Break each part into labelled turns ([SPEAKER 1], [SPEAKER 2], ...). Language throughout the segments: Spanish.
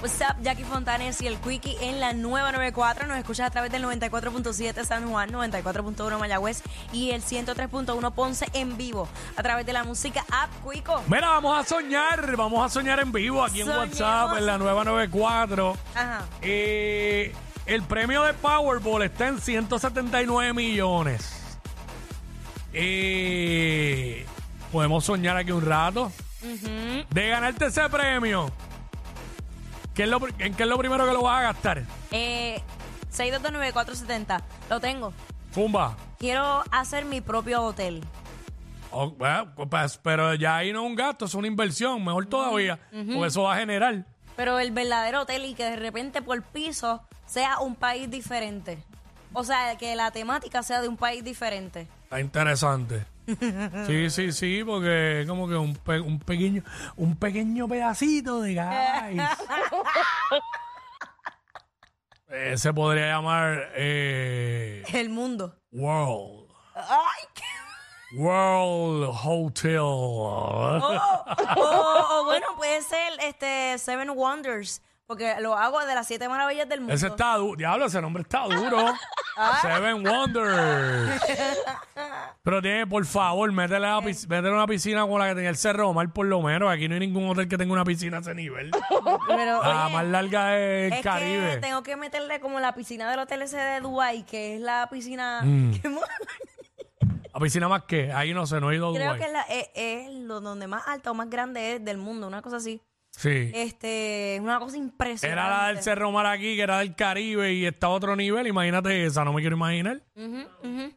[SPEAKER 1] What's up, Jackie Fontanes y el Quickie en la nueva 94. Nos escuchas a través del 94.7 San Juan, 94.1 Mayagüez y el 103.1 Ponce en vivo a través de la música App Quico.
[SPEAKER 2] Mira, vamos a soñar, vamos a soñar en vivo aquí en
[SPEAKER 1] Soñemos.
[SPEAKER 2] WhatsApp, en la nueva 94.
[SPEAKER 1] Ajá.
[SPEAKER 2] Eh, el premio de Powerball está en 179 millones. Eh, Podemos soñar aquí un rato. De ganarte ese premio, ¿qué es lo pr- ¿en qué es lo primero que lo vas a gastar?
[SPEAKER 1] Eh, 6229470. Lo tengo.
[SPEAKER 2] Zumba.
[SPEAKER 1] Quiero hacer mi propio hotel.
[SPEAKER 2] Oh, bueno, pues, pero ya ahí no es un gasto, es una inversión, mejor todavía, porque eso va a generar.
[SPEAKER 1] Pero el verdadero hotel y que de repente por piso sea un país diferente. O sea, que la temática sea de un país diferente.
[SPEAKER 2] Está interesante. Sí, sí, sí, porque es como que un, pe- un pequeño un pequeño pedacito de gas. Eh, se podría llamar eh,
[SPEAKER 1] El mundo.
[SPEAKER 2] World.
[SPEAKER 1] ¡Ay, qué
[SPEAKER 2] World Hotel.
[SPEAKER 1] Oh, o, o bueno, puede ser este Seven Wonders, porque lo hago de las siete maravillas del mundo.
[SPEAKER 2] Ese está duro. Diablo, ese nombre está duro. Seven Wonders. Pero tiene, por favor, métele, a la pisc- métele una piscina como la que tenía el Cerro Omar, por lo menos. Aquí no hay ningún hotel que tenga una piscina a ese nivel.
[SPEAKER 1] Pero,
[SPEAKER 2] La
[SPEAKER 1] oye,
[SPEAKER 2] Ah, más larga ¡Oh! del
[SPEAKER 1] es
[SPEAKER 2] Caribe.
[SPEAKER 1] que tengo que meterle como la piscina del hotel ese de Dubai, que es la piscina
[SPEAKER 2] Mm.
[SPEAKER 1] que más-
[SPEAKER 2] ¿La piscina más que? Ahí no sé, no he ido a
[SPEAKER 1] creo
[SPEAKER 2] Dubái.
[SPEAKER 1] que es, la- es- es lo donde más alta o más grande es del mundo, una cosa así.
[SPEAKER 2] Sí.
[SPEAKER 1] Este, es una cosa impresionante.
[SPEAKER 2] Era la del Cerro Mar aquí, que era del Caribe y está a otro nivel. Imagínate esa, no me quiero imaginar.
[SPEAKER 1] Mm.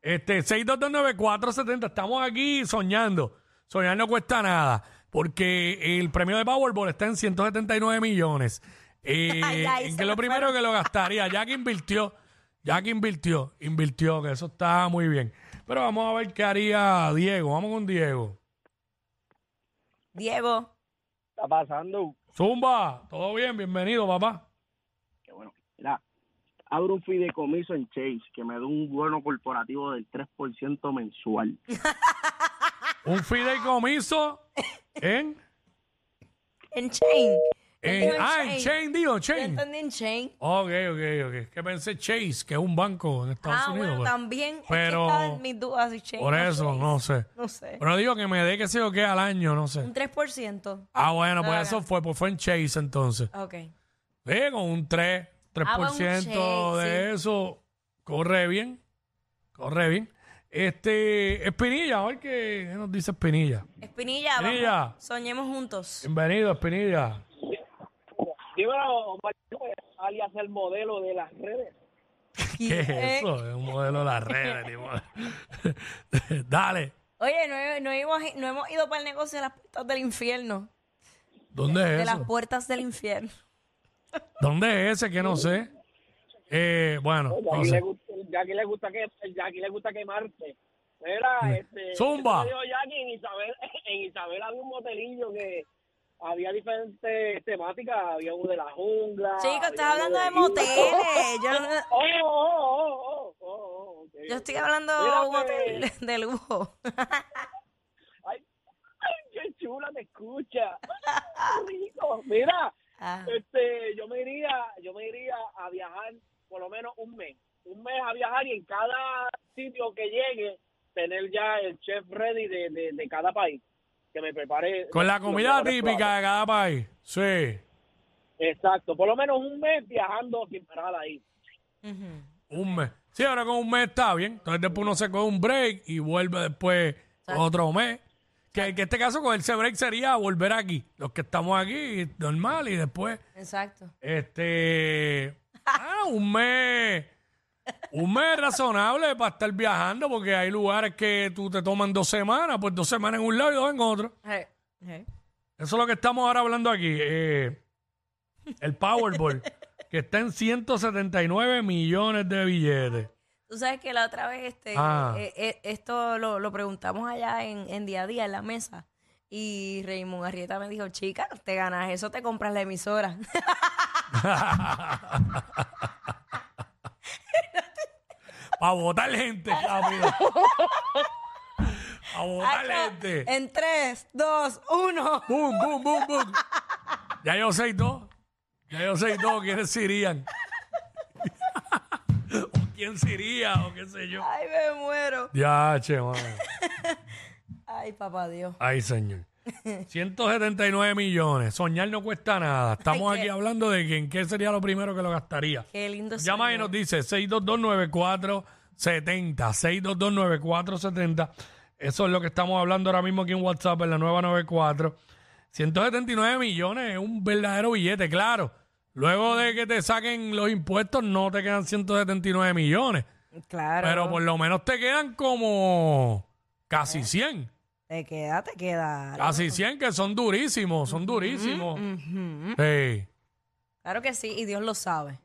[SPEAKER 2] Este, 6229470, estamos aquí soñando. Soñar no cuesta nada, porque el premio de Powerball está en 179 millones. Eh,
[SPEAKER 1] Ay, ay,
[SPEAKER 2] ¿en
[SPEAKER 1] se
[SPEAKER 2] qué es lo
[SPEAKER 1] me
[SPEAKER 2] primero que lo gastaría? Ya que invirtió, ya que invirtió, invirtió, que eso está muy bien. Pero vamos a ver qué haría Diego. Vamos con Diego.
[SPEAKER 1] Diego,
[SPEAKER 3] está pasando?
[SPEAKER 2] Zumba, todo bien, bienvenido, papá.
[SPEAKER 3] Que bueno, mira, abro un fideicomiso en Chase que me dé un bono corporativo del 3% mensual.
[SPEAKER 2] Un fideicomiso en.
[SPEAKER 1] en Chain.
[SPEAKER 2] en-
[SPEAKER 1] Digo, en
[SPEAKER 2] ah, en
[SPEAKER 1] Chain.
[SPEAKER 2] Chain, digo,
[SPEAKER 1] Yo
[SPEAKER 2] Chain.
[SPEAKER 1] entendí en Chain.
[SPEAKER 2] Ok, ok, ok. Que pensé Chase, que es un banco en Estados
[SPEAKER 1] Ah,
[SPEAKER 2] Unidos.
[SPEAKER 1] bueno,
[SPEAKER 2] pues.
[SPEAKER 1] también. es que
[SPEAKER 2] Pero-
[SPEAKER 1] estaba en mis dudas si Chain.
[SPEAKER 2] Por
[SPEAKER 1] o
[SPEAKER 2] eso,
[SPEAKER 1] Chase.
[SPEAKER 2] no sé.
[SPEAKER 1] No sé.
[SPEAKER 2] Pero digo que me dé qué sé yo qué al año, no sé.
[SPEAKER 1] Un 3%.
[SPEAKER 2] Ah, bueno, pues
[SPEAKER 1] Ah,
[SPEAKER 2] eso fue, pues fue en Chase entonces.
[SPEAKER 1] Ok.
[SPEAKER 2] Sí, con un 3, 3%
[SPEAKER 1] Ah, pues un
[SPEAKER 2] de
[SPEAKER 1] Chase,
[SPEAKER 2] eso. Corre bien. Corre bien. Este, Espinilla, a ver qué qué nos dice Espinilla.
[SPEAKER 1] Espinilla, vamos.
[SPEAKER 2] Espinilla.
[SPEAKER 1] Soñemos juntos.
[SPEAKER 2] Bienvenido, Espinilla.
[SPEAKER 3] Dímelo, alias el modelo de las redes.
[SPEAKER 2] ¿Qué es
[SPEAKER 1] Eh,
[SPEAKER 2] eso? Es un modelo de las redes, tipo. Dale.
[SPEAKER 1] Oye, no, he- no hemos, no hemos ido para el negocio de las puertas del infierno.
[SPEAKER 2] ¿Dónde
[SPEAKER 1] De
[SPEAKER 2] es
[SPEAKER 1] las
[SPEAKER 2] eso?
[SPEAKER 1] puertas del infierno.
[SPEAKER 2] ¿Dónde es ese? Que no sé. Eh, bueno, no
[SPEAKER 3] Jackie
[SPEAKER 2] sé.
[SPEAKER 3] le gusta, Jackie le gusta que Jackie le gusta quemarte. Mira, este,
[SPEAKER 2] Zumba.
[SPEAKER 3] yo te digo, Jackie, en Isabel, en Isabel había un motelillo que había diferentes temáticas, había uno de la jungla.
[SPEAKER 1] Chicos, estás
[SPEAKER 3] había uno
[SPEAKER 1] hablando de
[SPEAKER 3] Cuba.
[SPEAKER 1] moteles. Yo, no-
[SPEAKER 3] Oh, oh, oh, oh, oh, oh, ok,
[SPEAKER 1] yo
[SPEAKER 3] ok.
[SPEAKER 1] estoy hablando
[SPEAKER 3] Mira,
[SPEAKER 1] de un
[SPEAKER 3] pues,
[SPEAKER 1] hotel de lujo.
[SPEAKER 3] Ay, ay, qué chula te escucha. Ay, qué rico. Mira,
[SPEAKER 1] Ah,
[SPEAKER 3] este, yo me iría, yo me iría a viajar por lo menos un mes, un mes a viajar y en cada sitio que llegue tener ya el chef ready de, de, de cada país que me prepare
[SPEAKER 2] Con la
[SPEAKER 3] los
[SPEAKER 2] comida
[SPEAKER 3] mejores
[SPEAKER 2] típica
[SPEAKER 3] platos.
[SPEAKER 2] de cada país. Sí.
[SPEAKER 3] Exacto, por lo menos un mes viajando sin parar ahí.
[SPEAKER 1] ujú.
[SPEAKER 2] Un mes. Sí, ahora con un mes está bien. Entonces después uno se coge un break y vuelve después otro mes. Que, que en este caso cogerse break sería volver aquí. Los que estamos aquí, normal, y después,
[SPEAKER 1] Exacto.
[SPEAKER 2] este... Ah, un mes. Un mes razonable para estar viajando porque hay lugares que tú te toman dos semanas, pues dos semanas en un lado y dos en otro.
[SPEAKER 1] Eh, eh.
[SPEAKER 2] Eso es lo que estamos ahora hablando aquí. eh, el Powerball, que está en 179 millones de billetes.
[SPEAKER 1] Tú sabes que la otra vez este,
[SPEAKER 2] Ah.
[SPEAKER 1] eh, eh, esto lo, lo preguntamos allá en, en día a día en la mesa. Y Raymond Arrieta me dijo, chica, te ganas eso, te compras la emisora.
[SPEAKER 2] Para votar gente, rápido. Para votar gente.
[SPEAKER 1] en 3, 2, 1.
[SPEAKER 2] ¡Bum, bum, bum, bum! Ya yo sé dos. Ya yo sé dos quiénes se irían. o quién se iría, o qué sé yo.
[SPEAKER 1] Ay, me muero.
[SPEAKER 2] Ya, che, mano.
[SPEAKER 1] Ay, papá Dios.
[SPEAKER 2] Ay, señor. 179 millones. Soñar no cuesta nada. Estamos
[SPEAKER 1] Ay, qué-
[SPEAKER 2] aquí hablando de que en qué sería lo primero que lo gastaría.
[SPEAKER 1] Qué lindo
[SPEAKER 2] Llama y
[SPEAKER 1] señor.
[SPEAKER 2] nos dice 6229470. 6229470. Eso es lo que estamos hablando ahora mismo aquí en WhatsApp en la nueva 94. 179 millones es un verdadero billete, claro. Luego de que te saquen los impuestos no te quedan 179 millones,
[SPEAKER 4] Claro.
[SPEAKER 2] pero por lo menos te quedan como casi 100.
[SPEAKER 4] Te queda, te queda.
[SPEAKER 2] Casi 100 que son durísimos, son
[SPEAKER 1] Mm,
[SPEAKER 2] durísimos. Sí,
[SPEAKER 1] Claro que sí, y Dios lo sabe.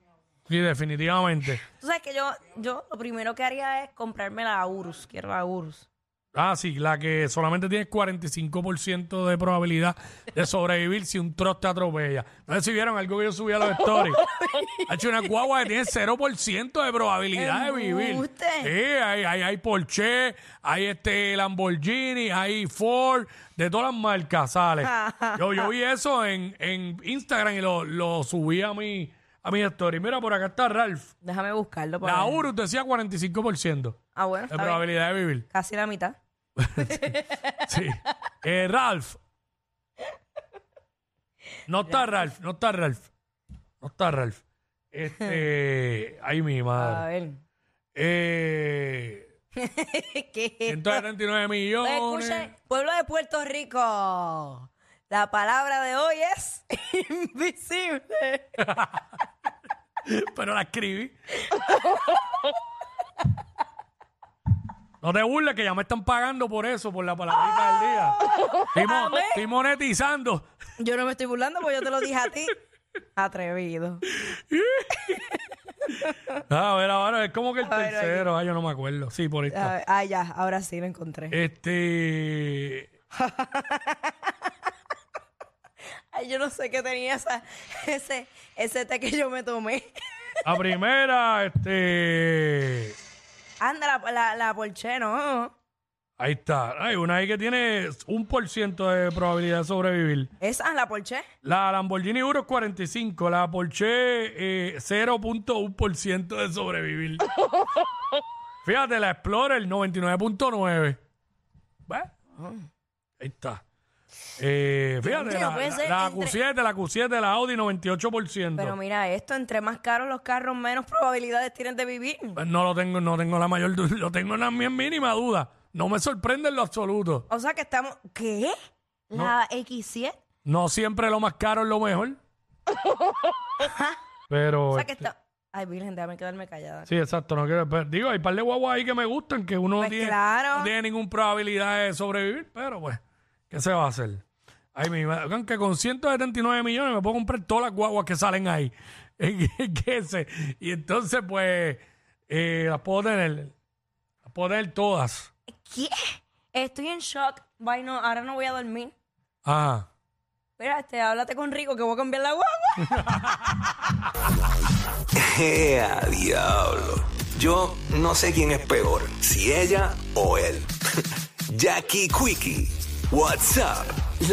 [SPEAKER 2] sí, definitivamente.
[SPEAKER 1] Tú sabes que yo, yo lo primero que haría es comprarme la URUS. Quiero la URUS.
[SPEAKER 2] Ah, sí, la que solamente tienes 45% de probabilidad de sobrevivir si un trost te atropella. No sé si vieron algo que yo subí a los stories. Ha hecho una guagua que tiene 0% de probabilidad de vivir.
[SPEAKER 1] Embuste.
[SPEAKER 2] Sí, hay, hay, hay Porsche, hay este Lamborghini, hay Ford, de todas las marcas sale. Yo, yo vi eso en, en Instagram y lo, lo subí a mi, a mi story. Mira, por acá está Ralph.
[SPEAKER 1] Déjame buscarlo. para
[SPEAKER 2] La
[SPEAKER 1] ver.
[SPEAKER 2] URU decía 45%
[SPEAKER 1] Ah, bueno.
[SPEAKER 2] de
[SPEAKER 1] está bien.
[SPEAKER 2] probabilidad de vivir.
[SPEAKER 1] Casi la mitad.
[SPEAKER 2] Sí. Eh, Ralph. No está Ralph, no está Ralph. No está Ralph. Este. Ay, mi
[SPEAKER 1] A
[SPEAKER 2] madre.
[SPEAKER 1] ver.
[SPEAKER 2] Eh,
[SPEAKER 1] ¿Qué?
[SPEAKER 2] 179 millones.
[SPEAKER 1] Escuchen, pueblo de Puerto Rico. La palabra de hoy es invisible.
[SPEAKER 2] Pero la escribí. No te burles que ya me están pagando por eso, por la palabrita del día. Estoy mo- estoy monetizando.
[SPEAKER 1] Yo no me estoy burlando porque yo te lo dije a ti.
[SPEAKER 4] Atrevido.
[SPEAKER 2] Ah, A ver, ahora es como que el
[SPEAKER 4] ver, oye.
[SPEAKER 2] tercero. Ay, yo no me acuerdo. Sí, por esto.
[SPEAKER 4] A ver, Ah, ya, ahora sí lo
[SPEAKER 2] Eh.
[SPEAKER 4] encontré.
[SPEAKER 2] Este.
[SPEAKER 1] Ay, yo no sé qué tenía esa, ese, ese té que yo me tomé.
[SPEAKER 2] La primera, este.
[SPEAKER 1] Anda, la, la, la Porsche, no.
[SPEAKER 2] Ahí está. Hay una ahí que tiene un por ciento de probabilidad de sobrevivir.
[SPEAKER 1] Esa es ah, la Porsche.
[SPEAKER 2] La Lamborghini Euro es 45, la Porsche eh, 0.1% de sobrevivir. Fíjate, la Explorer 99.9. ¿Ves? Ahí está. Eh, fíjate,
[SPEAKER 1] Dios mío,
[SPEAKER 2] la,
[SPEAKER 1] puede
[SPEAKER 2] la-
[SPEAKER 1] ser
[SPEAKER 2] la
[SPEAKER 1] entre-
[SPEAKER 2] Q7, la Q7, la Audi 98%.
[SPEAKER 1] Pero mira esto, entre más caros los carros, menos probabilidades tienen de vivir.
[SPEAKER 2] Pues no lo tengo, no tengo la mayor, du- no tengo la mi- mínima duda. No me sorprende en lo absoluto.
[SPEAKER 1] O sea que estamos... ¿Qué? La X7.
[SPEAKER 2] No siempre lo más caro es lo mejor. Pero.
[SPEAKER 1] O sea que
[SPEAKER 2] este,
[SPEAKER 1] está... Ay, Virgen, déjame quedarme callada.
[SPEAKER 2] Sí, exacto. No quiero, pero digo, hay un par de guaguas ahí que me gustan, que uno
[SPEAKER 4] Pues
[SPEAKER 2] tiene,
[SPEAKER 4] claro.
[SPEAKER 2] no tiene ninguna probabilidad de sobrevivir, pero pues, ¿qué se va a hacer? Ay, mi madre, aunque con 179 millones me puedo comprar todas las guaguas que salen ahí. En- en ese. Y entonces, pues, eh, las puedo tener. Las puedo tener todas.
[SPEAKER 1] ¿Qué? Estoy en shock. Bye, no, ahora no voy a dormir.
[SPEAKER 2] Ajá.
[SPEAKER 1] Mira, este, háblate con Rico que voy a cambiar la guagua.
[SPEAKER 5] ¡Ea, diablo! Yo no sé quién es peor, si ella o él. Jackie Quickie, WhatsApp, la